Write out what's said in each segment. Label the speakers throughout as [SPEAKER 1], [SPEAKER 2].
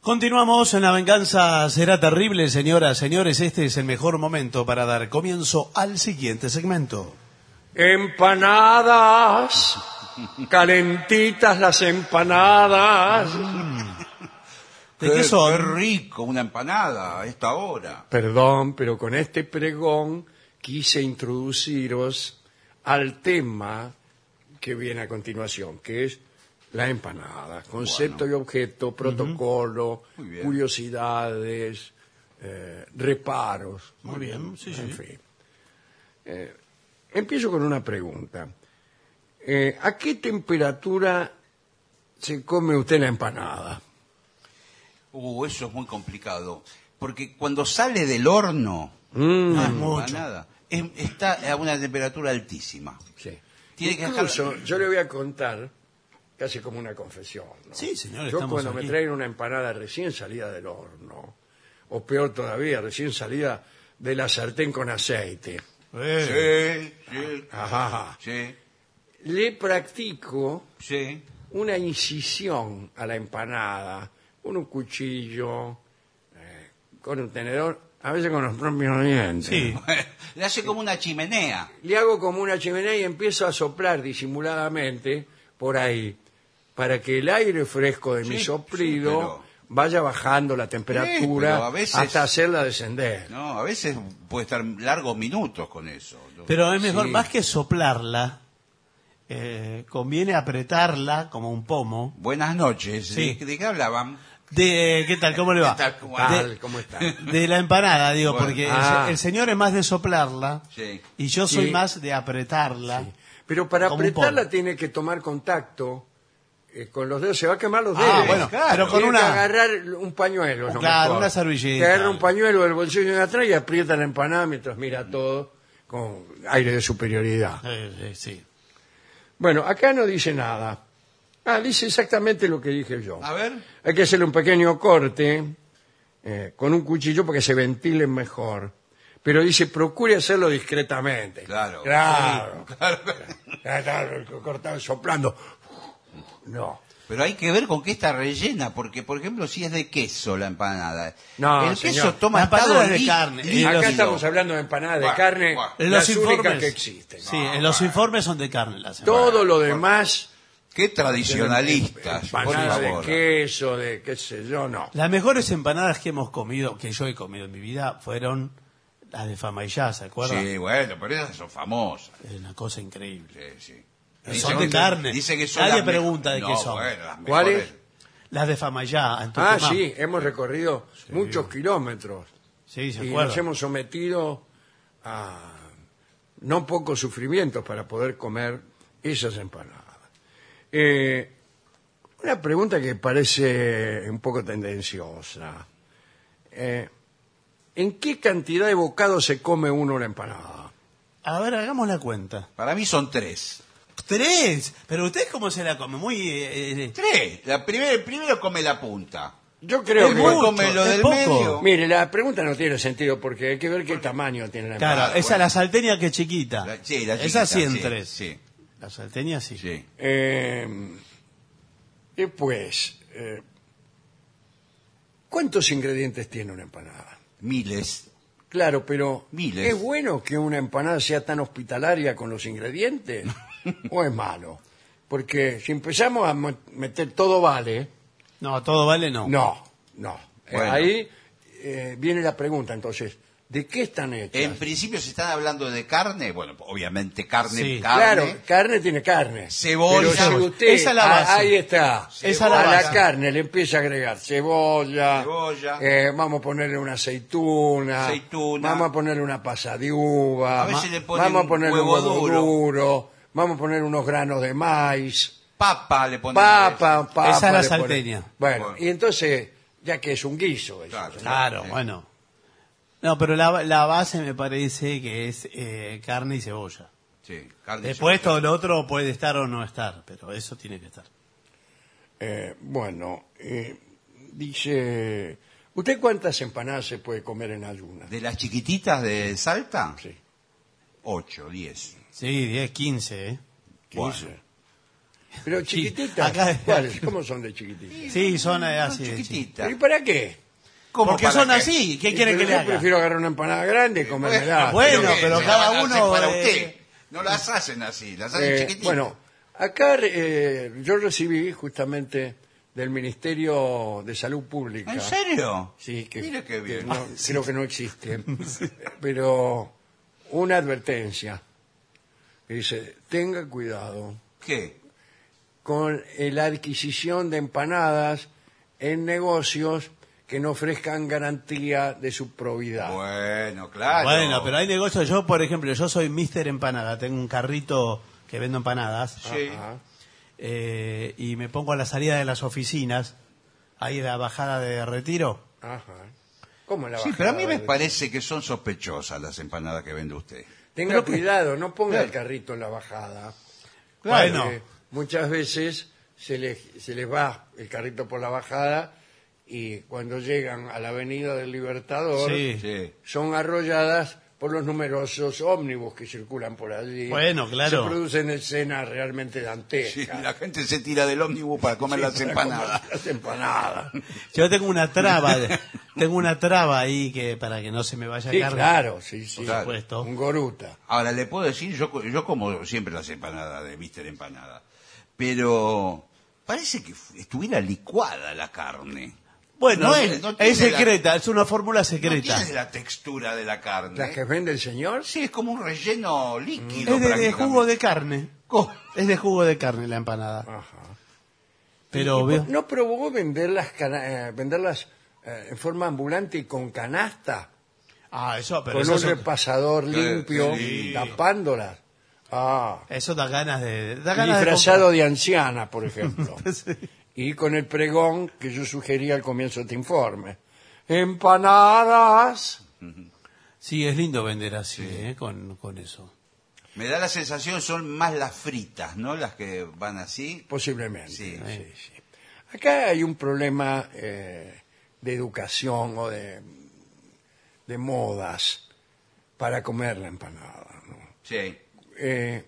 [SPEAKER 1] Continuamos en La Venganza Será Terrible, señoras, señores. Este es el mejor momento para dar comienzo al siguiente segmento.
[SPEAKER 2] Empanadas, calentitas las empanadas.
[SPEAKER 1] ¿De qué son?
[SPEAKER 3] rico, una empanada a esta hora.
[SPEAKER 2] Perdón, pero con este pregón quise introduciros al tema que viene a continuación, que es la empanada, concepto y objeto, protocolo,
[SPEAKER 3] Muy bien.
[SPEAKER 2] curiosidades, eh, reparos.
[SPEAKER 1] Muy bien, sí,
[SPEAKER 2] en
[SPEAKER 1] sí.
[SPEAKER 2] fin. Eh, empiezo con una pregunta. Eh, ¿A qué temperatura se come usted la empanada?
[SPEAKER 3] Uh, eso es muy complicado. Porque cuando sale del horno,
[SPEAKER 2] Mm,
[SPEAKER 3] no es
[SPEAKER 1] mucho.
[SPEAKER 3] empanada, es- está a una temperatura altísima.
[SPEAKER 2] sí.
[SPEAKER 3] Tiene que
[SPEAKER 2] Incluso, yo le voy a contar casi como una confesión. ¿no?
[SPEAKER 1] Sí, señor,
[SPEAKER 2] Yo
[SPEAKER 1] estamos
[SPEAKER 2] cuando me
[SPEAKER 1] aquí.
[SPEAKER 2] traen una empanada recién salida del horno, o peor todavía, recién salida de la sartén con aceite,
[SPEAKER 1] Eh,
[SPEAKER 3] Sí, sí,
[SPEAKER 2] ajá,
[SPEAKER 3] sí,
[SPEAKER 2] le practico
[SPEAKER 3] sí.
[SPEAKER 2] una incisión a la empanada, con un cuchillo, eh, con un tenedor, a veces con los propios dientes.
[SPEAKER 1] Sí.
[SPEAKER 3] Le hace como una chimenea.
[SPEAKER 2] le hago como una chimenea y empiezo a soplar disimuladamente por ahí, para que el aire fresco de mi
[SPEAKER 3] Sí, sí,
[SPEAKER 2] soplido
[SPEAKER 3] pero-
[SPEAKER 2] vaya bajando la
[SPEAKER 3] pero
[SPEAKER 2] temperatura
[SPEAKER 3] a veces-
[SPEAKER 2] hasta hacerla descender.
[SPEAKER 3] No, a veces puede estar largos minutos con eso.
[SPEAKER 1] Pero eh, es mejor,
[SPEAKER 2] Sí.
[SPEAKER 1] más que soplarla, eh, conviene apretarla como un pomo.
[SPEAKER 3] Buenas noches.
[SPEAKER 1] Sí.
[SPEAKER 3] ¿De, de qué hablaban?
[SPEAKER 1] De, ¿Qué tal? ¿Cómo le va?
[SPEAKER 3] ¿Qué tal? ¿Cómo
[SPEAKER 1] De-
[SPEAKER 2] Tal como está.
[SPEAKER 1] De la empanada, digo,
[SPEAKER 3] Bueno.
[SPEAKER 1] porque el
[SPEAKER 2] Ah.
[SPEAKER 1] se- el, señor es más de soplarla
[SPEAKER 3] Sí.
[SPEAKER 1] y yo soy
[SPEAKER 2] Sí.
[SPEAKER 1] más de apretarla.
[SPEAKER 2] Pero para
[SPEAKER 1] Como un
[SPEAKER 2] apretarla
[SPEAKER 1] pomo.
[SPEAKER 2] tiene que tomar contacto eh, con los dedos, se va a quemar los
[SPEAKER 1] Ah,
[SPEAKER 2] dedos.
[SPEAKER 1] bueno,
[SPEAKER 3] claro.
[SPEAKER 1] pero con
[SPEAKER 2] Tiene que
[SPEAKER 1] una...
[SPEAKER 2] agarrar un pañuelo. es lo
[SPEAKER 1] Claro,
[SPEAKER 2] mejor.
[SPEAKER 1] una servilleta.
[SPEAKER 2] Que agarra un pañuelo del bolsillo de atrás y aprieta la empanada mientras mira todo con aire de superioridad.
[SPEAKER 1] Eh, eh, sí.
[SPEAKER 2] Bueno, acá no dice nada. Ah, dice exactamente lo que dije yo.
[SPEAKER 3] A ver.
[SPEAKER 2] Hay que hacerle un pequeño corte eh, con un cuchillo para que se ventilen mejor. Pero dice, procure hacerlo discretamente.
[SPEAKER 3] Claro.
[SPEAKER 2] Claro. Ah, claro, cortado, soplando. No.
[SPEAKER 3] Pero hay que ver con qué está rellena, porque por ejemplo si es de queso la empanada,
[SPEAKER 2] No,
[SPEAKER 3] el
[SPEAKER 2] señor.
[SPEAKER 3] queso toma
[SPEAKER 1] La
[SPEAKER 3] estado
[SPEAKER 1] empanada es de
[SPEAKER 3] lí-
[SPEAKER 1] carne. Y
[SPEAKER 3] líquido.
[SPEAKER 2] Acá estamos hablando de empanadas de
[SPEAKER 3] Bueno,
[SPEAKER 2] carne,
[SPEAKER 3] bueno.
[SPEAKER 1] En
[SPEAKER 2] las
[SPEAKER 1] los
[SPEAKER 2] únicas
[SPEAKER 1] informes
[SPEAKER 2] que existen. Ah,
[SPEAKER 1] Sí, eh. en los informes son de carne las empanadas.
[SPEAKER 2] Todo lo demás,
[SPEAKER 3] Qué tradicionalistas, por
[SPEAKER 2] empanadas de
[SPEAKER 3] favor.
[SPEAKER 2] queso, de qué sé yo, no.
[SPEAKER 1] Las mejores empanadas que hemos comido, que yo he comido en mi vida, fueron las de Famayá, ¿se acuerdan?
[SPEAKER 3] Sí, bueno, pero esas son famosas.
[SPEAKER 1] Es una cosa increíble.
[SPEAKER 3] Sí, sí.
[SPEAKER 1] Son
[SPEAKER 3] que-
[SPEAKER 1] de carne.
[SPEAKER 3] Dice que son
[SPEAKER 1] Nadie
[SPEAKER 3] las me-
[SPEAKER 1] pregunta de
[SPEAKER 3] No,
[SPEAKER 1] qué son.
[SPEAKER 3] Bueno, las
[SPEAKER 2] ¿Cuáles?
[SPEAKER 3] mejores.
[SPEAKER 1] Las de Famayá, en
[SPEAKER 2] Ah,
[SPEAKER 1] Tucumán.
[SPEAKER 2] sí, hemos recorrido muchos kilómetros.
[SPEAKER 1] Sí, se
[SPEAKER 2] y nos
[SPEAKER 1] acuerdan.
[SPEAKER 2] hemos sometido a no pocos sufrimientos para poder comer esas empanadas. Eh, una pregunta que parece un poco tendenciosa. Eh, ¿En qué cantidad de bocados se come uno la empanada?
[SPEAKER 1] A ver, hagamos la cuenta.
[SPEAKER 3] Para mí son tres.
[SPEAKER 1] ¡Tres! Pero usted cómo se la come, muy... eh, eh,
[SPEAKER 3] Tres. La primera, el primero come la punta.
[SPEAKER 2] Yo creo
[SPEAKER 1] Es
[SPEAKER 2] que...
[SPEAKER 3] Después
[SPEAKER 1] mucho,
[SPEAKER 3] come lo
[SPEAKER 1] es
[SPEAKER 3] del
[SPEAKER 1] poco.
[SPEAKER 3] medio.
[SPEAKER 2] Mire, la pregunta no tiene sentido porque hay que ver qué tamaño tiene la empanada.
[SPEAKER 1] claro,
[SPEAKER 3] bueno.
[SPEAKER 1] esa la salteña que es chiquita.
[SPEAKER 3] La- sí, la
[SPEAKER 1] Esa
[SPEAKER 3] chiquita,
[SPEAKER 1] sí en
[SPEAKER 3] sí,
[SPEAKER 1] tres.
[SPEAKER 3] sí.
[SPEAKER 1] La salteña sí.
[SPEAKER 3] Sí.
[SPEAKER 2] Eh, y pues, eh, ¿cuántos ingredientes tiene una empanada?
[SPEAKER 3] Miles.
[SPEAKER 2] Claro, pero
[SPEAKER 3] Miles.
[SPEAKER 2] ¿es bueno que una empanada sea tan hospitalaria con los ingredientes? ¿O es malo? Porque si empezamos a mo- meter todo vale,
[SPEAKER 1] No, todo vale no.
[SPEAKER 2] no, no. Eh,
[SPEAKER 3] Bueno.
[SPEAKER 2] Ahí eh, viene la pregunta entonces, ¿de qué están hechas?
[SPEAKER 3] En principio se están hablando de carne, bueno, obviamente carne,
[SPEAKER 1] Sí.
[SPEAKER 3] carne.
[SPEAKER 2] Claro, carne tiene carne.
[SPEAKER 3] Cebolla.
[SPEAKER 2] Pero si usted,
[SPEAKER 1] Esa es la base.
[SPEAKER 2] ah, ahí está.
[SPEAKER 1] Esa es la
[SPEAKER 2] a la
[SPEAKER 1] base.
[SPEAKER 2] carne le empieza a agregar cebolla.
[SPEAKER 3] Cebolla.
[SPEAKER 2] eh, vamos a ponerle una aceituna.
[SPEAKER 3] Aceituna.
[SPEAKER 2] Vamos a ponerle una pasa de uva.
[SPEAKER 3] A veces
[SPEAKER 2] ma-
[SPEAKER 3] le ponen
[SPEAKER 2] vamos a
[SPEAKER 3] un
[SPEAKER 2] ponerle
[SPEAKER 3] huevo
[SPEAKER 2] un huevo
[SPEAKER 3] duro.
[SPEAKER 2] duro. Vamos a poner unos granos de maíz.
[SPEAKER 3] Papa le ponen.
[SPEAKER 2] Papa, papa.
[SPEAKER 1] Esa es la
[SPEAKER 2] le ponen.
[SPEAKER 1] salteña.
[SPEAKER 2] Bueno,
[SPEAKER 3] Bueno.
[SPEAKER 2] y entonces, ya que es un guiso. eso,
[SPEAKER 3] Claro.
[SPEAKER 2] ¿no?
[SPEAKER 1] Claro,
[SPEAKER 3] Sí.
[SPEAKER 1] bueno. No, pero la, la base me parece que es eh, carne y cebolla.
[SPEAKER 3] Sí, carne y
[SPEAKER 1] Después
[SPEAKER 3] cebolla.
[SPEAKER 1] todo lo otro puede estar o no estar, pero eso tiene que estar.
[SPEAKER 2] Eh, bueno, eh, dice... ¿Usted cuántas empanadas se puede comer en ayunas?
[SPEAKER 3] De las chiquititas de Salta,
[SPEAKER 2] Sí.
[SPEAKER 3] 8, 10.
[SPEAKER 1] Sí, 10, 15, ¿eh?
[SPEAKER 2] Bueno. Pero chiquititas,
[SPEAKER 1] acá-
[SPEAKER 2] ¿cuáles? ¿Cómo son de chiquititas?
[SPEAKER 1] Sí, son eh, así. de chiquitas.
[SPEAKER 3] Chiquitita.
[SPEAKER 2] ¿Y para qué? Eh,
[SPEAKER 3] ¿Cómo
[SPEAKER 1] Porque
[SPEAKER 3] para
[SPEAKER 1] son
[SPEAKER 3] qué?
[SPEAKER 1] así. ¿Qué quieren
[SPEAKER 2] Pero
[SPEAKER 1] que le
[SPEAKER 2] yo
[SPEAKER 1] haga?
[SPEAKER 2] prefiero agarrar una empanada grande y comérmela.
[SPEAKER 1] Bueno,
[SPEAKER 2] Pero-
[SPEAKER 3] que
[SPEAKER 1] pero
[SPEAKER 3] se
[SPEAKER 1] cada
[SPEAKER 3] la hacen
[SPEAKER 1] uno,
[SPEAKER 3] Para
[SPEAKER 1] eh,
[SPEAKER 3] usted. No las hacen así, las hacen
[SPEAKER 2] Eh,
[SPEAKER 3] chiquititas.
[SPEAKER 2] bueno, acá eh, yo recibí justamente del Ministerio de Salud Pública.
[SPEAKER 3] ¿En serio?
[SPEAKER 2] Sí, que,
[SPEAKER 3] Mira qué bien.
[SPEAKER 2] que no- creo que no existe. Pero una advertencia que dice, tenga cuidado
[SPEAKER 3] ¿Qué?
[SPEAKER 2] con eh, la adquisición de empanadas en negocios que no ofrezcan garantía de su probidad.
[SPEAKER 3] Bueno, claro.
[SPEAKER 1] Ah. Bueno, pero hay negocios. Yo, por ejemplo, yo soy Mister Empanada. Tengo un carrito que vendo empanadas.
[SPEAKER 3] Sí.
[SPEAKER 2] Ajá.
[SPEAKER 1] eh, y me pongo a la salida de las oficinas, ahí de la bajada de retiro.
[SPEAKER 2] Ajá. ¿Cómo la
[SPEAKER 3] Sí,
[SPEAKER 1] ah,
[SPEAKER 2] bajada
[SPEAKER 3] pero a mí me
[SPEAKER 2] de-
[SPEAKER 3] parece que son sospechosas las empanadas que vende usted.
[SPEAKER 2] Tenga cuidado, no ponga el carrito en la bajada.
[SPEAKER 1] Claro.
[SPEAKER 2] Porque Muchas veces se les, se les va el carrito por la bajada y cuando llegan a la avenida del Libertador
[SPEAKER 1] Sí.
[SPEAKER 3] Sí.
[SPEAKER 2] son arrolladas por los numerosos ómnibus que circulan por allí.
[SPEAKER 1] Bueno, claro.
[SPEAKER 2] Se producen escenas realmente
[SPEAKER 3] Sí,
[SPEAKER 2] dantescas.
[SPEAKER 3] la gente se tira del ómnibus para comer las
[SPEAKER 2] Para
[SPEAKER 3] empanadas.
[SPEAKER 2] comer Las empanadas.
[SPEAKER 1] Yo tengo una traba, tengo una traba ahí que para que no se me vaya
[SPEAKER 2] Sí,
[SPEAKER 1] a cargar.
[SPEAKER 2] claro, sí, sí.
[SPEAKER 1] Por supuesto.
[SPEAKER 2] Un goruta.
[SPEAKER 3] Ahora, le puedo decir, yo, co- yo como siempre las empanadas de Mister Empanada, pero parece que fu- estuviera licuada la carne.
[SPEAKER 1] Bueno,
[SPEAKER 3] No
[SPEAKER 1] es,
[SPEAKER 3] es- no
[SPEAKER 1] es
[SPEAKER 3] tiene la-
[SPEAKER 1] secreta, es una fórmula
[SPEAKER 3] No
[SPEAKER 1] secreta.
[SPEAKER 3] tiene la textura de la carne.
[SPEAKER 2] Las que vende el señor.
[SPEAKER 3] Sí, es como un relleno líquido.
[SPEAKER 1] es de- de,
[SPEAKER 3] prácticamente.
[SPEAKER 1] jugo de carne.
[SPEAKER 3] Co-
[SPEAKER 1] Es de jugo de carne la empanada.
[SPEAKER 2] Ajá.
[SPEAKER 1] Pero veo-
[SPEAKER 2] ¿No probó venderlas, cana- eh, venderlas eh, en forma ambulante y con canasta?
[SPEAKER 1] Ah, eso, pero
[SPEAKER 2] con
[SPEAKER 1] eso,
[SPEAKER 2] un
[SPEAKER 1] son-
[SPEAKER 2] repasador limpio,
[SPEAKER 3] sí.
[SPEAKER 2] tapándolas. Ah,
[SPEAKER 1] eso da ganas de. Da ganas de
[SPEAKER 2] disfrazado de anciana, por ejemplo. Y con el pregón que yo sugería al comienzo de este informe. Empanadas.
[SPEAKER 1] comprar. Sí, es lindo vender así, eh, con, con eso.
[SPEAKER 3] Me da la sensación, son más las fritas, ¿no? Las que van así.
[SPEAKER 2] Posiblemente.
[SPEAKER 3] Sí.
[SPEAKER 2] sí, sí. Acá hay un problema eh, de educación o de, de modas para comer la empanada. ¿no?
[SPEAKER 3] Sí.
[SPEAKER 2] Eh,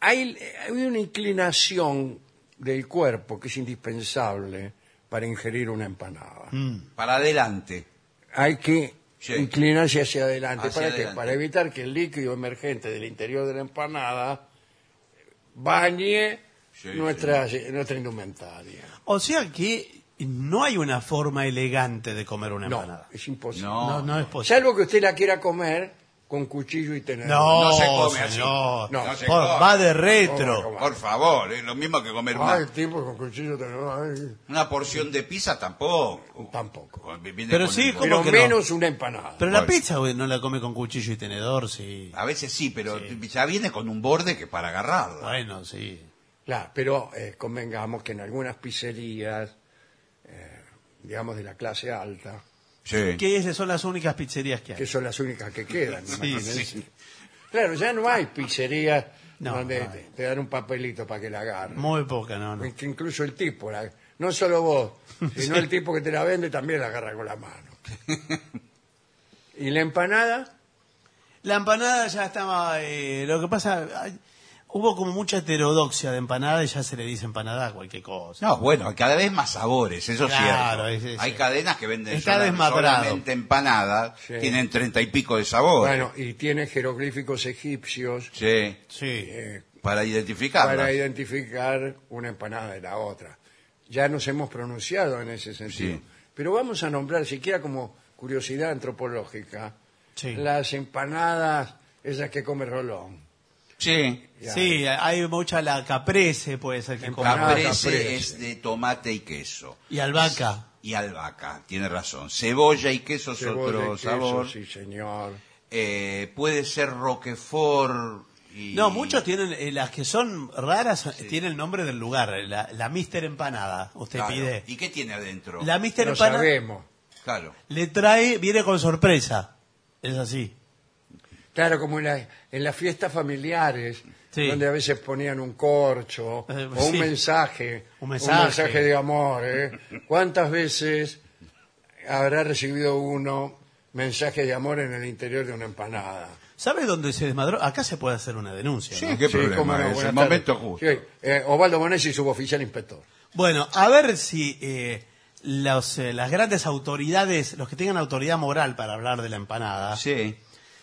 [SPEAKER 2] hay, hay una inclinación del cuerpo que es indispensable para ingerir una empanada.
[SPEAKER 3] Para adelante.
[SPEAKER 2] Hay que
[SPEAKER 3] Sí.
[SPEAKER 2] inclinarse hacia adelante.
[SPEAKER 3] Hacia
[SPEAKER 2] ¿Para qué?
[SPEAKER 3] adelante.
[SPEAKER 2] Para evitar que el líquido emergente del interior de la empanada bañe
[SPEAKER 3] Sí,
[SPEAKER 2] nuestra, nuestra indumentaria.
[SPEAKER 1] O sea que no hay una forma elegante de comer una empanada.
[SPEAKER 2] No, es imposible.
[SPEAKER 3] No.
[SPEAKER 1] No, no es posible.
[SPEAKER 2] Salvo que usted la quiera comer con cuchillo y tenedor.
[SPEAKER 1] No,
[SPEAKER 3] No se come así.
[SPEAKER 1] señor.
[SPEAKER 2] No, no
[SPEAKER 3] se
[SPEAKER 1] Por-
[SPEAKER 3] come.
[SPEAKER 1] va de retro.
[SPEAKER 2] No,
[SPEAKER 3] Por favor, es lo mismo que comer
[SPEAKER 2] Ah, el
[SPEAKER 3] una,
[SPEAKER 2] tipo con cuchillo y tenedor. ay,
[SPEAKER 3] una porción de pizza tampoco.
[SPEAKER 2] tampoco.
[SPEAKER 3] Viene
[SPEAKER 1] Pero
[SPEAKER 3] con
[SPEAKER 1] sí,
[SPEAKER 3] el-
[SPEAKER 1] ¿cómo
[SPEAKER 2] Pero
[SPEAKER 1] que no?
[SPEAKER 2] menos una empanada.
[SPEAKER 1] Pero la
[SPEAKER 3] Bueno. Ah.
[SPEAKER 1] pizza güey, no la come con cuchillo y tenedor, sí.
[SPEAKER 3] A veces sí, pero ya viene con un borde que para agarrarla.
[SPEAKER 1] Bueno, sí.
[SPEAKER 2] Claro, pero eh, convengamos que en algunas pizzerías, eh, digamos de la clase alta,
[SPEAKER 3] Sí.
[SPEAKER 1] Que esas son las únicas pizzerías que
[SPEAKER 2] que
[SPEAKER 1] hay.
[SPEAKER 2] son las únicas que quedan.
[SPEAKER 1] Sí,
[SPEAKER 2] imagínense.
[SPEAKER 1] sí.
[SPEAKER 2] Claro, ya no hay pizzerías
[SPEAKER 1] No,
[SPEAKER 2] donde
[SPEAKER 1] no hay.
[SPEAKER 2] te, te dan un papelito para que la agarres.
[SPEAKER 1] Muy poca, no, no.
[SPEAKER 2] Porque Incluso el tipo, la- no solo vos, sino el tipo que te la vende también la agarra con la mano. ¿Y la empanada?
[SPEAKER 1] La empanada ya estaba... eh, lo que pasa, hay- hubo como mucha heterodoxia de empanada y ya se le dice empanada a cualquier cosa.
[SPEAKER 3] No, bueno, hay cada vez más sabores, eso
[SPEAKER 1] Claro,
[SPEAKER 3] es
[SPEAKER 1] es-
[SPEAKER 3] cierto.
[SPEAKER 1] es-
[SPEAKER 3] hay
[SPEAKER 1] es-
[SPEAKER 3] cadenas que venden
[SPEAKER 1] Está
[SPEAKER 3] sola-
[SPEAKER 1] desmadrado.
[SPEAKER 3] solamente empanadas,
[SPEAKER 2] Sí.
[SPEAKER 3] tienen treinta y pico de sabores.
[SPEAKER 2] Bueno, y tiene jeroglíficos egipcios
[SPEAKER 3] Sí,
[SPEAKER 1] Sí.
[SPEAKER 2] eh,
[SPEAKER 3] para identificarlas.
[SPEAKER 2] para identificar una empanada de la otra. Ya nos hemos pronunciado en ese sentido.
[SPEAKER 3] Sí.
[SPEAKER 2] Pero vamos a nombrar, siquiera como curiosidad antropológica,
[SPEAKER 1] Sí.
[SPEAKER 2] las empanadas, esas que come Rolón.
[SPEAKER 3] Sí.
[SPEAKER 2] Ya.
[SPEAKER 1] Sí, hay mucha la caprese, puede ser que
[SPEAKER 2] Empanada.
[SPEAKER 1] coma.
[SPEAKER 3] Caprese
[SPEAKER 2] caprese.
[SPEAKER 3] es de tomate y queso.
[SPEAKER 1] Y albahaca.
[SPEAKER 3] Y albahaca, tiene razón. Cebolla y queso es
[SPEAKER 2] Cebolla y
[SPEAKER 3] otro
[SPEAKER 2] queso,
[SPEAKER 3] sabor.
[SPEAKER 2] Sí, señor.
[SPEAKER 3] Eh, puede ser roquefort. Y...
[SPEAKER 1] No, muchos tienen, eh, las que son raras, tienen el nombre del lugar. eh, La, la Mister Empanada, usted
[SPEAKER 3] Claro.
[SPEAKER 1] pide.
[SPEAKER 3] ¿Y qué tiene adentro?
[SPEAKER 1] La Mister
[SPEAKER 2] Lo
[SPEAKER 1] Empanada...
[SPEAKER 2] sabemos.
[SPEAKER 3] Claro.
[SPEAKER 1] le trae, viene con sorpresa. Es así.
[SPEAKER 2] Claro, como en, la- en las fiestas familiares,
[SPEAKER 1] Sí.
[SPEAKER 2] donde a veces ponían un corcho
[SPEAKER 1] Eh,
[SPEAKER 2] o un
[SPEAKER 1] sí.
[SPEAKER 2] mensaje,
[SPEAKER 1] Un mensaje.
[SPEAKER 2] de amor. ¿eh? ¿Cuántas veces habrá recibido uno mensaje de amor en el interior de una empanada?
[SPEAKER 1] ¿Sabe dónde se desmadró? Acá se puede hacer una denuncia. ¿no?
[SPEAKER 3] qué problema,
[SPEAKER 2] cómo
[SPEAKER 3] es el
[SPEAKER 2] buenas
[SPEAKER 3] momento
[SPEAKER 2] tardes.
[SPEAKER 3] justo.
[SPEAKER 2] Sí, eh, Osvaldo Bonesi, suboficial inspector.
[SPEAKER 1] Bueno, a ver si eh, los, eh, las grandes autoridades, los que tengan autoridad moral para hablar de la empanada,
[SPEAKER 3] Sí.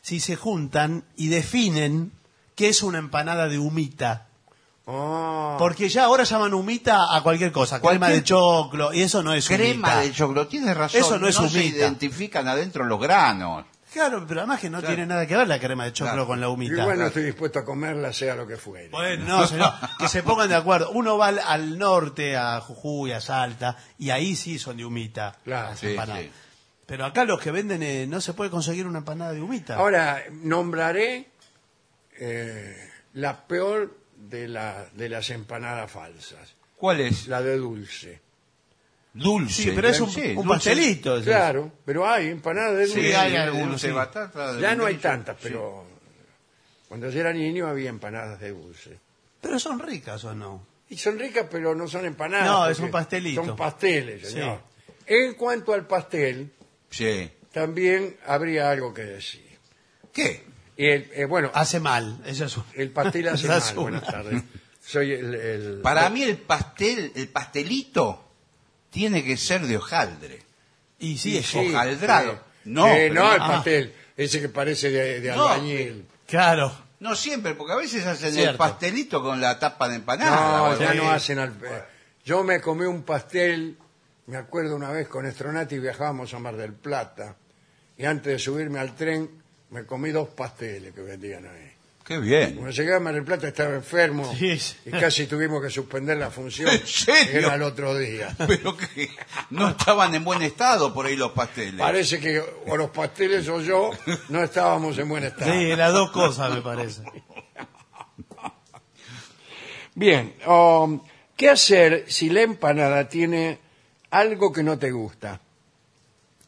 [SPEAKER 1] si se juntan y definen qué es una empanada de humita.
[SPEAKER 2] Ah,
[SPEAKER 1] Porque ya ahora llaman humita a cualquier cosa, crema
[SPEAKER 3] Cualquier-
[SPEAKER 1] de choclo, y eso no es
[SPEAKER 3] Crema
[SPEAKER 1] humita.
[SPEAKER 3] de choclo, tienes razón.
[SPEAKER 1] Eso no es
[SPEAKER 3] se
[SPEAKER 1] humita.
[SPEAKER 3] identifican adentro los granos.
[SPEAKER 1] Claro, pero además que no
[SPEAKER 3] Claro.
[SPEAKER 1] tiene nada que ver la crema de choclo
[SPEAKER 3] Claro.
[SPEAKER 1] con la humita.
[SPEAKER 2] igual no estoy dispuesto a comerla, sea lo que fuere.
[SPEAKER 1] Bueno, no, señor, que se pongan de acuerdo. Uno va al, al norte, a Jujuy, a Salta, y ahí sí son de humita.
[SPEAKER 2] Claro,
[SPEAKER 1] las
[SPEAKER 3] sí,
[SPEAKER 1] empanadas.
[SPEAKER 3] sí.
[SPEAKER 1] Pero acá los que venden, eh, no se puede conseguir una empanada de humita.
[SPEAKER 2] Ahora, nombraré eh, la peor de, la- de las empanadas falsas,
[SPEAKER 3] ¿Cuál es?
[SPEAKER 2] la de dulce.
[SPEAKER 3] Dulce.
[SPEAKER 1] sí, pero es un,
[SPEAKER 3] Sí,
[SPEAKER 1] un
[SPEAKER 3] dulce.
[SPEAKER 1] pastelito. es-
[SPEAKER 2] Claro, pero hay empanadas de
[SPEAKER 3] Sí,
[SPEAKER 2] dulce.
[SPEAKER 3] hay
[SPEAKER 1] sí,
[SPEAKER 3] algunos
[SPEAKER 1] sí.
[SPEAKER 3] de batata. de
[SPEAKER 2] ya no hay
[SPEAKER 3] membrillo.
[SPEAKER 2] tantas, pero cuando yo era niño había empanadas de dulce.
[SPEAKER 1] Pero son ricas o no.
[SPEAKER 2] Y son ricas, pero no son empanadas.
[SPEAKER 1] No, es
[SPEAKER 2] porque
[SPEAKER 1] un pastelito.
[SPEAKER 2] Son pasteles,
[SPEAKER 1] Sí.
[SPEAKER 2] señor. En cuanto al pastel,
[SPEAKER 3] Sí.
[SPEAKER 2] también habría algo que decir.
[SPEAKER 3] ¿Qué?
[SPEAKER 2] Y el- eh, bueno,
[SPEAKER 1] Hace mal. Eso es un-
[SPEAKER 2] el pastel hace
[SPEAKER 1] esa
[SPEAKER 2] mal.
[SPEAKER 1] es una.
[SPEAKER 2] Buenas tardes. Soy el... el-
[SPEAKER 3] Para mí el pastel, el pastelito, tiene que ser de hojaldre.
[SPEAKER 1] Y sí,
[SPEAKER 3] Y
[SPEAKER 1] es
[SPEAKER 3] sí.
[SPEAKER 1] ojalá.
[SPEAKER 3] hojaldrado.
[SPEAKER 2] sí.
[SPEAKER 3] No,
[SPEAKER 2] Eh,
[SPEAKER 3] pero-
[SPEAKER 2] no, el
[SPEAKER 1] ah.
[SPEAKER 2] pastel. Ese que parece de, de
[SPEAKER 3] No,
[SPEAKER 2] albañil.
[SPEAKER 1] Claro.
[SPEAKER 3] No siempre, porque a veces hacen el
[SPEAKER 1] Cierto.
[SPEAKER 3] pastelito con la tapa de empanada. o
[SPEAKER 2] No,
[SPEAKER 3] algo
[SPEAKER 2] ya
[SPEAKER 3] así.
[SPEAKER 2] no hacen al... eh, Yo me comí un pastel, me acuerdo una vez con Estronati viajábamos a Mar del Plata y antes de subirme al tren me comí dos pasteles que vendían ahí.
[SPEAKER 3] Qué bien.
[SPEAKER 2] Cuando llegué a Mar del Plata estaba enfermo
[SPEAKER 1] Sí, sí.
[SPEAKER 2] y casi tuvimos que suspender la función.
[SPEAKER 3] ¿En serio?
[SPEAKER 2] que Era el otro día.
[SPEAKER 3] Pero que no estaban en buen estado por ahí los pasteles.
[SPEAKER 2] Parece que o los pasteles o yo no estábamos en buen estado.
[SPEAKER 1] Sí, las dos cosas me parece.
[SPEAKER 2] Bien, um, ¿qué hacer si la empanada tiene algo que no te gusta?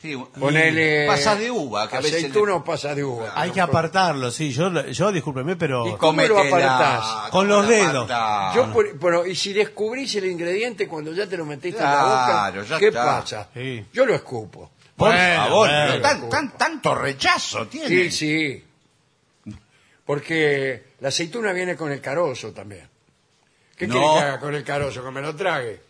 [SPEAKER 3] Sí,
[SPEAKER 2] Ponele
[SPEAKER 3] Pasa de uva. Que a veces
[SPEAKER 2] aceituna o pasa de uva.
[SPEAKER 1] Hay que apartarlo, sí. Yo, lo- yo discúlpeme,
[SPEAKER 2] Y
[SPEAKER 1] pero...
[SPEAKER 2] con- ¿Cómo lo
[SPEAKER 3] Cométela,
[SPEAKER 2] apartás?
[SPEAKER 1] Con los
[SPEAKER 3] la
[SPEAKER 1] dedos.
[SPEAKER 3] pata.
[SPEAKER 2] Yo por- bueno, y si descubrís el ingrediente cuando ya te lo metiste en la
[SPEAKER 3] Claro,
[SPEAKER 2] boca,
[SPEAKER 3] ya
[SPEAKER 2] ¿qué
[SPEAKER 3] está.
[SPEAKER 2] pasa?
[SPEAKER 1] Sí.
[SPEAKER 2] Yo lo escupo.
[SPEAKER 3] Por
[SPEAKER 1] Bueno,
[SPEAKER 3] favor,
[SPEAKER 1] bueno.
[SPEAKER 3] pero tan- tan- tanto rechazo tiene.
[SPEAKER 2] Sí, sí. Porque la aceituna viene con el carozo también. ¿Qué
[SPEAKER 3] No.
[SPEAKER 2] quieres que haga con el carozo? Que me lo trague.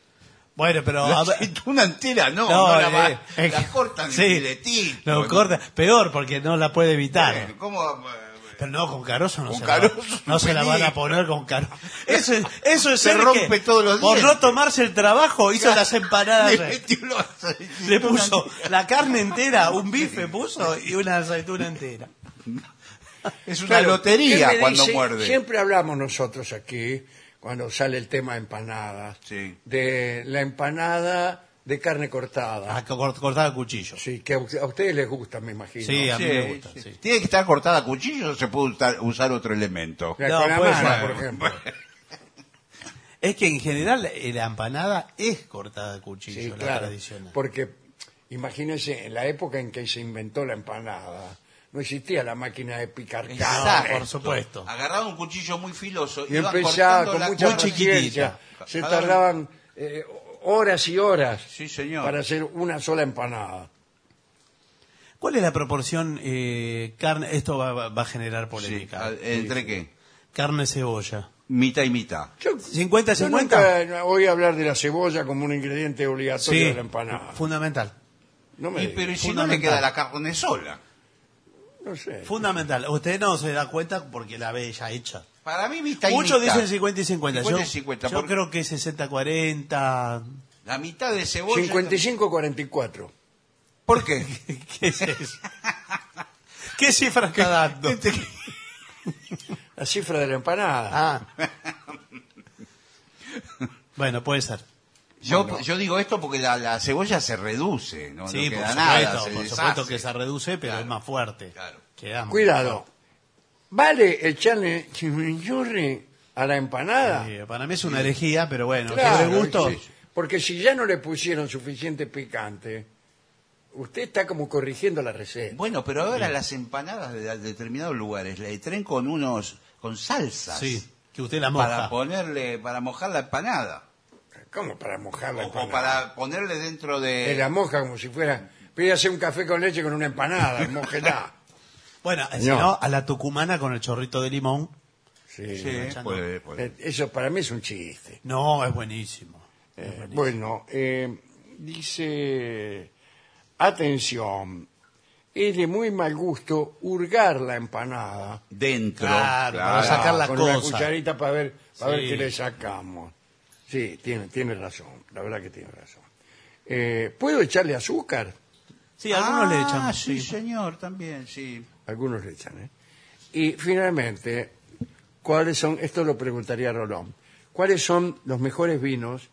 [SPEAKER 1] Bueno, pero...
[SPEAKER 3] La
[SPEAKER 1] a ver-
[SPEAKER 3] aceituna entera no, no,
[SPEAKER 1] No,
[SPEAKER 3] la, va-
[SPEAKER 1] eh, es
[SPEAKER 3] la
[SPEAKER 1] que-
[SPEAKER 3] cortan
[SPEAKER 1] sí,
[SPEAKER 3] en filetito.
[SPEAKER 1] Lo
[SPEAKER 3] ¿no?
[SPEAKER 1] corta, peor porque no la puede evitar.
[SPEAKER 3] Bueno, ¿Cómo? eh,
[SPEAKER 1] Pero no, con Caroso no,
[SPEAKER 3] Con
[SPEAKER 1] se,
[SPEAKER 3] Caroso,
[SPEAKER 1] la, no se la van a
[SPEAKER 3] peligro.
[SPEAKER 1] poner con Caroso. Eso es, eso es
[SPEAKER 3] Se
[SPEAKER 1] ser
[SPEAKER 3] rompe
[SPEAKER 1] que,
[SPEAKER 3] todos los
[SPEAKER 1] Por no
[SPEAKER 3] dientes.
[SPEAKER 1] tomarse el trabajo, hizo las empanadas.
[SPEAKER 3] Le
[SPEAKER 1] Le,
[SPEAKER 3] metió la aceituna
[SPEAKER 1] puso
[SPEAKER 3] entera.
[SPEAKER 1] la carne entera, un bife puso y una aceituna entera.
[SPEAKER 3] Es una
[SPEAKER 2] Claro, ¿qué
[SPEAKER 3] lotería
[SPEAKER 2] me
[SPEAKER 3] cuando
[SPEAKER 2] dice?
[SPEAKER 3] muerde.
[SPEAKER 2] Siempre hablamos nosotros aquí, cuando sale el tema de empanadas,
[SPEAKER 3] Sí.
[SPEAKER 2] de la empanada de carne cortada.
[SPEAKER 1] Ah, cor- cortada a cuchillo.
[SPEAKER 2] Sí, que a u- a ustedes les gusta, me imagino.
[SPEAKER 1] Sí, a mí me
[SPEAKER 3] Sí,
[SPEAKER 1] gusta.
[SPEAKER 3] sí.
[SPEAKER 1] sí.
[SPEAKER 3] Tiene que estar cortada a cuchillo o se puede usar, usar otro elemento.
[SPEAKER 2] La-
[SPEAKER 1] No,
[SPEAKER 2] con la
[SPEAKER 3] pues,
[SPEAKER 1] puede
[SPEAKER 2] mano,
[SPEAKER 1] ser.
[SPEAKER 2] por ejemplo.
[SPEAKER 1] Es que en general eh, la empanada es cortada a cuchillo,
[SPEAKER 2] Sí,
[SPEAKER 1] la
[SPEAKER 2] claro.
[SPEAKER 1] tradicional.
[SPEAKER 2] Porque imagínense, en la época en que se inventó la empanada, no existía la máquina de picar carne.
[SPEAKER 1] Exacto. por supuesto.
[SPEAKER 3] Agarraba un cuchillo muy filoso y,
[SPEAKER 2] Y
[SPEAKER 3] iba
[SPEAKER 2] empezaba
[SPEAKER 3] cortando
[SPEAKER 2] con
[SPEAKER 3] la
[SPEAKER 2] mucha
[SPEAKER 1] muy
[SPEAKER 3] cuchilla.
[SPEAKER 1] chiquitita.
[SPEAKER 2] paciencia. Se
[SPEAKER 3] Cada-
[SPEAKER 2] tardaban eh, horas y horas
[SPEAKER 3] Sí, señor.
[SPEAKER 2] para hacer una sola empanada.
[SPEAKER 1] ¿Cuál es la proporción eh, carne? Esto va, va- va a generar polémica.
[SPEAKER 3] Sí, a- ¿Entre qué?
[SPEAKER 1] Carne cebolla.
[SPEAKER 3] Mitad y mitad.
[SPEAKER 2] Yo,
[SPEAKER 1] 50,
[SPEAKER 2] yo
[SPEAKER 1] 50.
[SPEAKER 2] nunca voy a hablar de la cebolla como un ingrediente obligatorio de la empanada.
[SPEAKER 1] fundamental.
[SPEAKER 2] No me
[SPEAKER 3] Y,
[SPEAKER 2] digas.
[SPEAKER 3] pero ¿y si no le
[SPEAKER 1] Fundamental.
[SPEAKER 3] queda la carne sola?
[SPEAKER 2] No sé.
[SPEAKER 1] Fundamental. Usted no se da cuenta porque la ve ya hecha.
[SPEAKER 3] Para mí mitad y
[SPEAKER 1] Muchos
[SPEAKER 3] mitad.
[SPEAKER 1] dicen 50 y 50.
[SPEAKER 3] 50 y
[SPEAKER 1] yo
[SPEAKER 3] 50,
[SPEAKER 1] yo
[SPEAKER 3] porque-
[SPEAKER 1] creo que 60, 40.
[SPEAKER 3] La mitad de cebolla.
[SPEAKER 2] 55-44.
[SPEAKER 3] ¿Por qué?
[SPEAKER 1] ¿Qué es eso? ¿Qué cifra está dando?
[SPEAKER 2] La cifra de la empanada.
[SPEAKER 1] Ah. Bueno, puede ser.
[SPEAKER 3] Yo, yo digo esto porque la, la cebolla se reduce, no,
[SPEAKER 1] sí,
[SPEAKER 3] no
[SPEAKER 1] por
[SPEAKER 3] queda
[SPEAKER 1] supuesto,
[SPEAKER 3] nada. se
[SPEAKER 1] por
[SPEAKER 3] deshace.
[SPEAKER 1] supuesto que se reduce, pero es más fuerte.
[SPEAKER 3] Claro.
[SPEAKER 1] Queda más-
[SPEAKER 2] Cuidado. ¿Vale echarle chimichurri a la empanada?
[SPEAKER 1] Sí, para mí es una herejía, pero bueno,
[SPEAKER 2] Claro,
[SPEAKER 1] sobre gusto.
[SPEAKER 2] sí. Porque si ya no le pusieron suficiente picante, usted está como corrigiendo la receta.
[SPEAKER 3] Bueno, pero ahora las empanadas de, de determinados lugares le traen con unos con salsas
[SPEAKER 1] Sí, que usted la
[SPEAKER 3] para
[SPEAKER 1] moja.
[SPEAKER 3] ponerle para mojar la empanada
[SPEAKER 2] ¿Cómo para mojar la
[SPEAKER 3] o, o
[SPEAKER 2] empanada?
[SPEAKER 3] para ponerle dentro
[SPEAKER 2] Que
[SPEAKER 3] de
[SPEAKER 2] la moja como si fuera... Pídase un café con leche con una empanada, mojela.
[SPEAKER 1] Bueno, si
[SPEAKER 2] No.
[SPEAKER 1] no, a la tucumana con el chorrito de limón.
[SPEAKER 2] Sí.
[SPEAKER 3] Sí, puede, puede.
[SPEAKER 2] Eh, Eso para mí es un chiste.
[SPEAKER 1] No, es buenísimo.
[SPEAKER 2] Eh, bueno, eh, dice, atención, es de muy mal gusto hurgar la empanada
[SPEAKER 3] Dentro.
[SPEAKER 1] Claro, para Ah, sacar la
[SPEAKER 2] con una
[SPEAKER 1] cosa.
[SPEAKER 2] cucharita para ver, para ver
[SPEAKER 1] Sí.
[SPEAKER 2] qué le sacamos. Sí, tiene, tiene razón, la verdad que tiene razón. Eh, ¿Puedo echarle azúcar?
[SPEAKER 1] Sí, algunos le
[SPEAKER 3] Ah,
[SPEAKER 1] echan.
[SPEAKER 3] sí, señor, también, sí.
[SPEAKER 2] Algunos le echan, ¿eh? Y finalmente, ¿cuáles son, esto lo preguntaría Rolón, ¿cuáles son los mejores vinos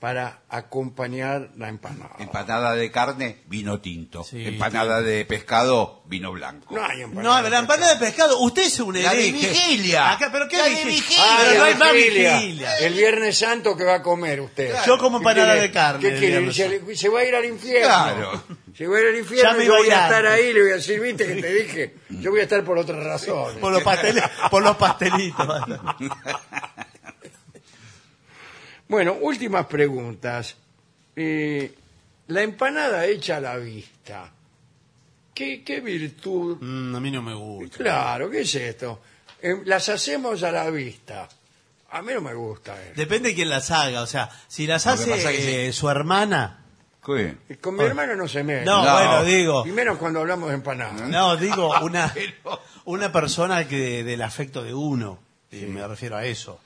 [SPEAKER 2] para acompañar la empanada?
[SPEAKER 3] Empanada de carne, vino tinto.
[SPEAKER 1] Sí,
[SPEAKER 3] Empanada de pescado, vino blanco.
[SPEAKER 2] No hay empanada.
[SPEAKER 1] No, la empanada de pescado, usted es un
[SPEAKER 3] La de
[SPEAKER 1] hereje.
[SPEAKER 3] vigilia.
[SPEAKER 1] Acá, pero qué
[SPEAKER 3] La de
[SPEAKER 1] vigilia.
[SPEAKER 3] vigilia.
[SPEAKER 2] Ah,
[SPEAKER 1] Pero no hay más
[SPEAKER 2] vigilia.
[SPEAKER 1] vigilia.
[SPEAKER 2] El Viernes Santo que va a comer usted.
[SPEAKER 1] Yo como
[SPEAKER 2] ¿Qué
[SPEAKER 1] empanada
[SPEAKER 2] quiere?
[SPEAKER 1] de carne
[SPEAKER 2] ¿Qué
[SPEAKER 1] el
[SPEAKER 2] quiere?
[SPEAKER 1] Viernes
[SPEAKER 2] Se, se va a ir al infierno.
[SPEAKER 3] Claro.
[SPEAKER 2] Se va a ir al infierno.
[SPEAKER 1] Ya me
[SPEAKER 2] y yo
[SPEAKER 1] iba a
[SPEAKER 2] voy
[SPEAKER 1] ir
[SPEAKER 2] a estar
[SPEAKER 1] antes.
[SPEAKER 2] ahí le voy a decir, viste que te dije. Yo voy a estar por otras razones.
[SPEAKER 1] Por los, pasteles, por los pastelitos.
[SPEAKER 2] Bueno, últimas preguntas. Eh, la empanada hecha a la vista. ¿Qué, qué virtud?
[SPEAKER 1] Mm, a mí no me gusta.
[SPEAKER 2] Claro, ¿qué es esto? Eh, las hacemos a la vista. A mí no me gusta eso.
[SPEAKER 1] Depende de quién las haga. O sea, si las
[SPEAKER 3] Lo que
[SPEAKER 1] hace
[SPEAKER 3] pasa es que
[SPEAKER 1] eh, su hermana.
[SPEAKER 3] ¿Qué?
[SPEAKER 2] Y Con mi hermano no se mete.
[SPEAKER 1] Ah. No,
[SPEAKER 3] No.
[SPEAKER 1] bueno, digo.
[SPEAKER 2] Y menos cuando hablamos de empanadas.
[SPEAKER 1] No, digo, una, una persona que del afecto de uno. y Me refiero a eso.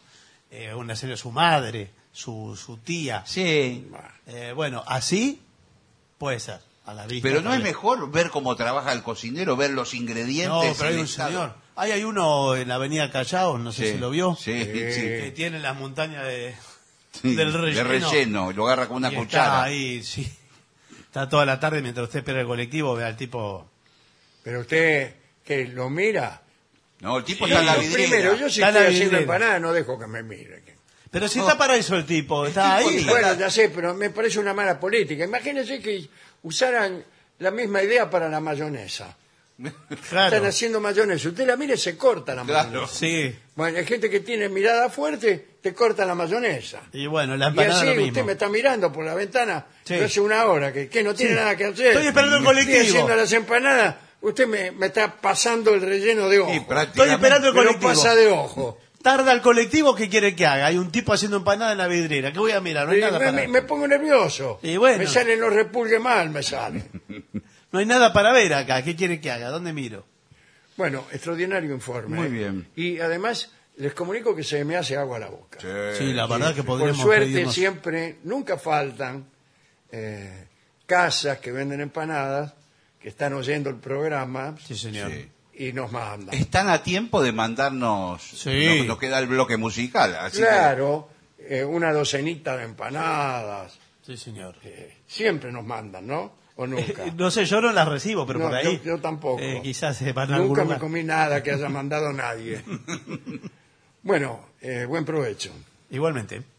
[SPEAKER 1] Eh, una serie su madre, su, su tía.
[SPEAKER 3] Sí.
[SPEAKER 1] Eh, bueno, así puede ser. A la vista.
[SPEAKER 3] Pero no es
[SPEAKER 1] también.
[SPEAKER 3] mejor ver cómo trabaja el cocinero, ver los ingredientes.
[SPEAKER 1] No, pero hay
[SPEAKER 3] el
[SPEAKER 1] un
[SPEAKER 3] estado?
[SPEAKER 1] señor. Ahí hay uno en la avenida Callao, no sé
[SPEAKER 3] Sí,
[SPEAKER 1] si lo vio.
[SPEAKER 3] Sí,
[SPEAKER 2] Sí.
[SPEAKER 3] sí.
[SPEAKER 1] Que tiene las montañas de,
[SPEAKER 3] Sí,
[SPEAKER 1] del
[SPEAKER 3] De
[SPEAKER 1] relleno.
[SPEAKER 3] relleno, lo agarra con una
[SPEAKER 1] Y Está
[SPEAKER 3] cuchara.
[SPEAKER 1] ahí, sí. Está toda la tarde mientras usted espera el colectivo, ve al tipo.
[SPEAKER 2] Pero usted que lo mira.
[SPEAKER 3] No, el tipo
[SPEAKER 1] Sí,
[SPEAKER 3] está en la
[SPEAKER 2] Lo
[SPEAKER 1] vidriera.
[SPEAKER 2] primero, yo si
[SPEAKER 1] Está en la
[SPEAKER 2] estoy haciendo
[SPEAKER 1] vidriera.
[SPEAKER 2] empanada no dejo que me mire.
[SPEAKER 1] Pero si está para eso el tipo, está
[SPEAKER 3] Oh. tipo
[SPEAKER 1] ahí.
[SPEAKER 3] Sí.
[SPEAKER 2] Bueno, ya sé, pero me parece una mala política. Imagínense que usaran la misma idea para la mayonesa. Están
[SPEAKER 1] Claro.
[SPEAKER 2] haciendo mayonesa. Usted la mira y se corta la
[SPEAKER 3] Claro.
[SPEAKER 2] mayonesa.
[SPEAKER 1] Sí.
[SPEAKER 2] Bueno, hay gente que tiene mirada fuerte, te corta la mayonesa.
[SPEAKER 1] Y bueno, la
[SPEAKER 2] Y
[SPEAKER 1] empanada
[SPEAKER 2] así
[SPEAKER 1] Ah, lo
[SPEAKER 2] usted
[SPEAKER 1] mismo.
[SPEAKER 2] me está mirando por la ventana
[SPEAKER 1] Sí.
[SPEAKER 2] yo hace una hora, que, que no tiene
[SPEAKER 1] Sí.
[SPEAKER 2] nada que hacer.
[SPEAKER 1] Estoy esperando el colectivo.
[SPEAKER 2] Estoy haciendo las empanadas, usted me, me está pasando el relleno de ojo.
[SPEAKER 3] Sí, prácticamente.
[SPEAKER 1] Estoy esperando el
[SPEAKER 2] Pero
[SPEAKER 1] colectivo.
[SPEAKER 2] pasa de ojo.
[SPEAKER 1] Tarda el colectivo, ¿qué quiere que haga? Hay un tipo haciendo empanada en la vidriera. ¿Qué voy a mirar? No hay,
[SPEAKER 2] Y
[SPEAKER 1] nada
[SPEAKER 2] me,
[SPEAKER 1] para,
[SPEAKER 2] me- me pongo nervioso.
[SPEAKER 1] Y bueno.
[SPEAKER 2] Me salen los repulgues mal, me salen.
[SPEAKER 1] no hay nada para ver acá. ¿Qué quiere que haga? ¿Dónde miro?
[SPEAKER 2] Bueno, extraordinario informe.
[SPEAKER 3] Muy
[SPEAKER 2] ¿eh?
[SPEAKER 3] bien.
[SPEAKER 2] Y además, les comunico que se me hace agua a la boca.
[SPEAKER 1] Eh, Sí, la verdad que
[SPEAKER 2] Por
[SPEAKER 1] podríamos
[SPEAKER 2] suerte,
[SPEAKER 1] pedirnos-
[SPEAKER 2] siempre, nunca faltan eh, casas que venden empanadas, que están oyendo el programa
[SPEAKER 1] Sí, señor.
[SPEAKER 3] Sí.
[SPEAKER 2] y nos mandan.
[SPEAKER 3] Están a tiempo de mandarnos.
[SPEAKER 1] Sí.
[SPEAKER 3] Nos, nos queda el bloque musical. Así
[SPEAKER 2] claro, eh, una docenita de empanadas.
[SPEAKER 1] Sí, señor.
[SPEAKER 2] eh, siempre nos mandan, ¿no? O nunca.
[SPEAKER 1] Eh, No sé, yo no las recibo, pero
[SPEAKER 2] No,
[SPEAKER 1] por ahí.
[SPEAKER 2] yo, yo tampoco.
[SPEAKER 1] eh, quizás se van a algún
[SPEAKER 2] Nunca me
[SPEAKER 1] lugar.
[SPEAKER 2] comí nada que haya mandado nadie. bueno, eh, buen provecho.
[SPEAKER 1] Igualmente.